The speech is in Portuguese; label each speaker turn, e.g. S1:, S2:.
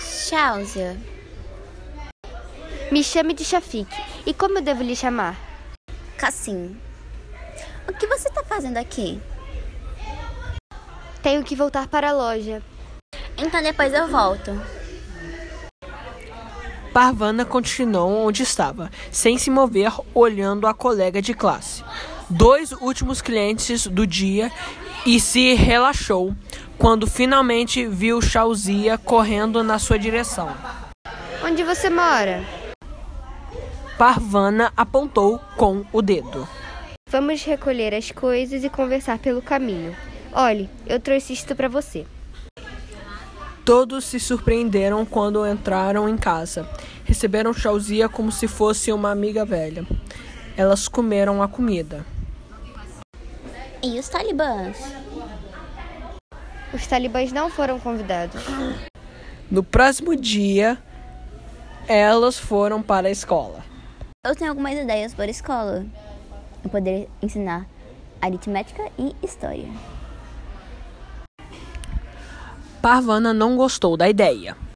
S1: Chausia.
S2: Me chame de Shafik. E como eu devo lhe chamar?
S1: Cassim. O que você tá fazendo aqui?
S2: Tenho que voltar para a loja.
S1: Então depois eu volto.
S3: Parvana continuou onde estava, sem se mover, olhando a colega de classe. Dois últimos clientes do dia e se relaxou quando finalmente viu Chauzia correndo na sua direção.
S2: Onde você mora?
S3: Parvana apontou com o dedo.
S2: Vamos recolher as coisas e conversar pelo caminho. Olhe, eu trouxe isto para você.
S3: Todos se surpreenderam quando entraram em casa. Receberam Chauzia como se fosse uma amiga velha. Elas comeram a comida.
S1: E os talibãs?
S2: Os talibãs não foram convidados.
S3: No próximo dia, elas foram para a escola.
S1: Eu tenho algumas ideias para a escola. Eu poderia ensinar aritmética e história.
S3: Parvana não gostou da ideia,